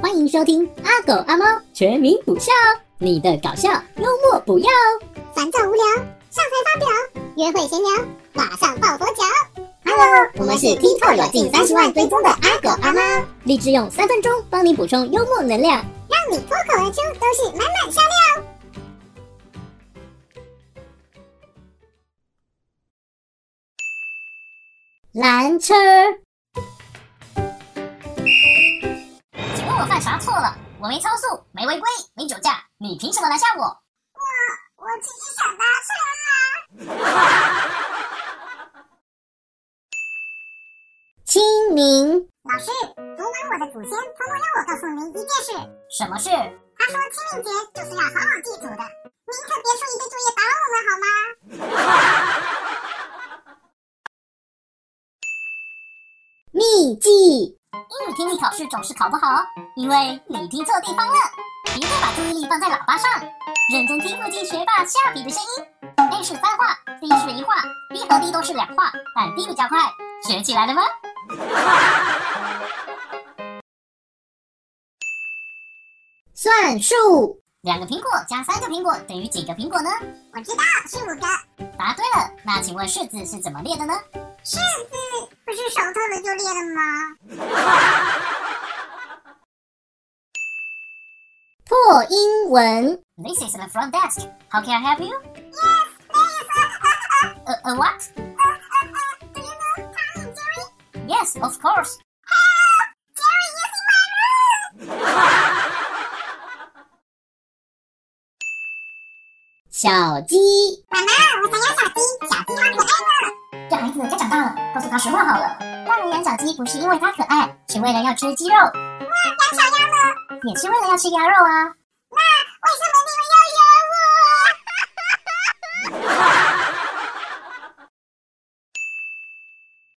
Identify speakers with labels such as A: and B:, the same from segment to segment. A: 欢迎收听《阿狗阿猫全民补笑》，你的搞笑幽默补药。
B: 烦躁无聊，上台发表，约会闲聊，马上抱佛脚。
A: Hello，
B: 我们是 TikTok 有近30万追踪的阿狗阿猫，
A: 立志用三分钟帮你补充幽默能量。
B: 让你脱口而出都是满满笑料。
A: 蓝车，
C: 请问我犯啥错了？我没超速，没违规，没酒驾，你凭什么拦下我？
B: 我只是想搭讪。
A: 清明，
B: 老师，阻挡我的祖先，通通要我告诉您一件事。
C: 什么事？
B: 他说清明节就是要好好祭祖的，您可别出一堆作业打扰我们好吗？
A: 秘技，
C: 英语听力考试总是考不好，因为你听错地方了。别再把注意力放在喇叭上，认真听附近学霸下笔的声音。A 是三画，B 是一画，B 和 D 都是两画，但 D 比较快。学起来了吗？
A: 算术，
C: 两个苹果加三个苹果等于几个苹果呢？
B: 我知道啊是五个，
C: 答对了。那请问式子是怎么列的呢？
B: 柿子不是熟透了就裂了吗？
A: 破英文，
C: This is the front desk. How can I help you? Yes, please. uh, uh, what? Yes, of course.
A: 小鸡，
B: 妈妈，我想要小鸡，小鸡好可爱。
C: 这孩子该长大了，告诉他实话好了。大人养小鸡不是因为它可爱，是为了要吃鸡肉。那养小鸭呢？也是为了要吃鸭肉啊。
B: 为什么你们要咬我？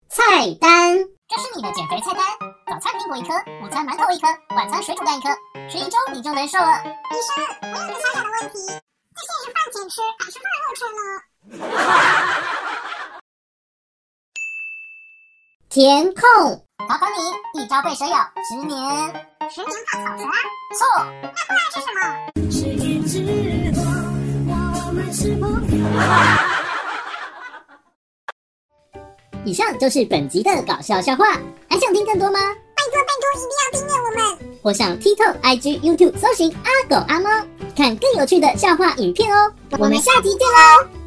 A: 菜单，
C: 这是你的减肥菜单：早餐苹果一颗，午餐馒头一颗，晚餐水煮蛋一颗。吃一周你就能瘦了。
B: 医生，我有个小小的问题，这些是饭前吃还是饭后吃呢？
A: 填空，
C: 考考你，一朝被蛇咬，十年
B: 十年怕草蛇啊，
C: 错。
B: 那是什么？
D: 十年之后，我们是朋友。
A: 以上就是本集的搞笑笑话，还想听更多吗？
B: 拜托拜托，一定要订阅我们。
A: 或上 TikTok、IG、YouTube 搜寻“阿狗阿猫”，看更有趣的笑话影片哦。我们下集见喽，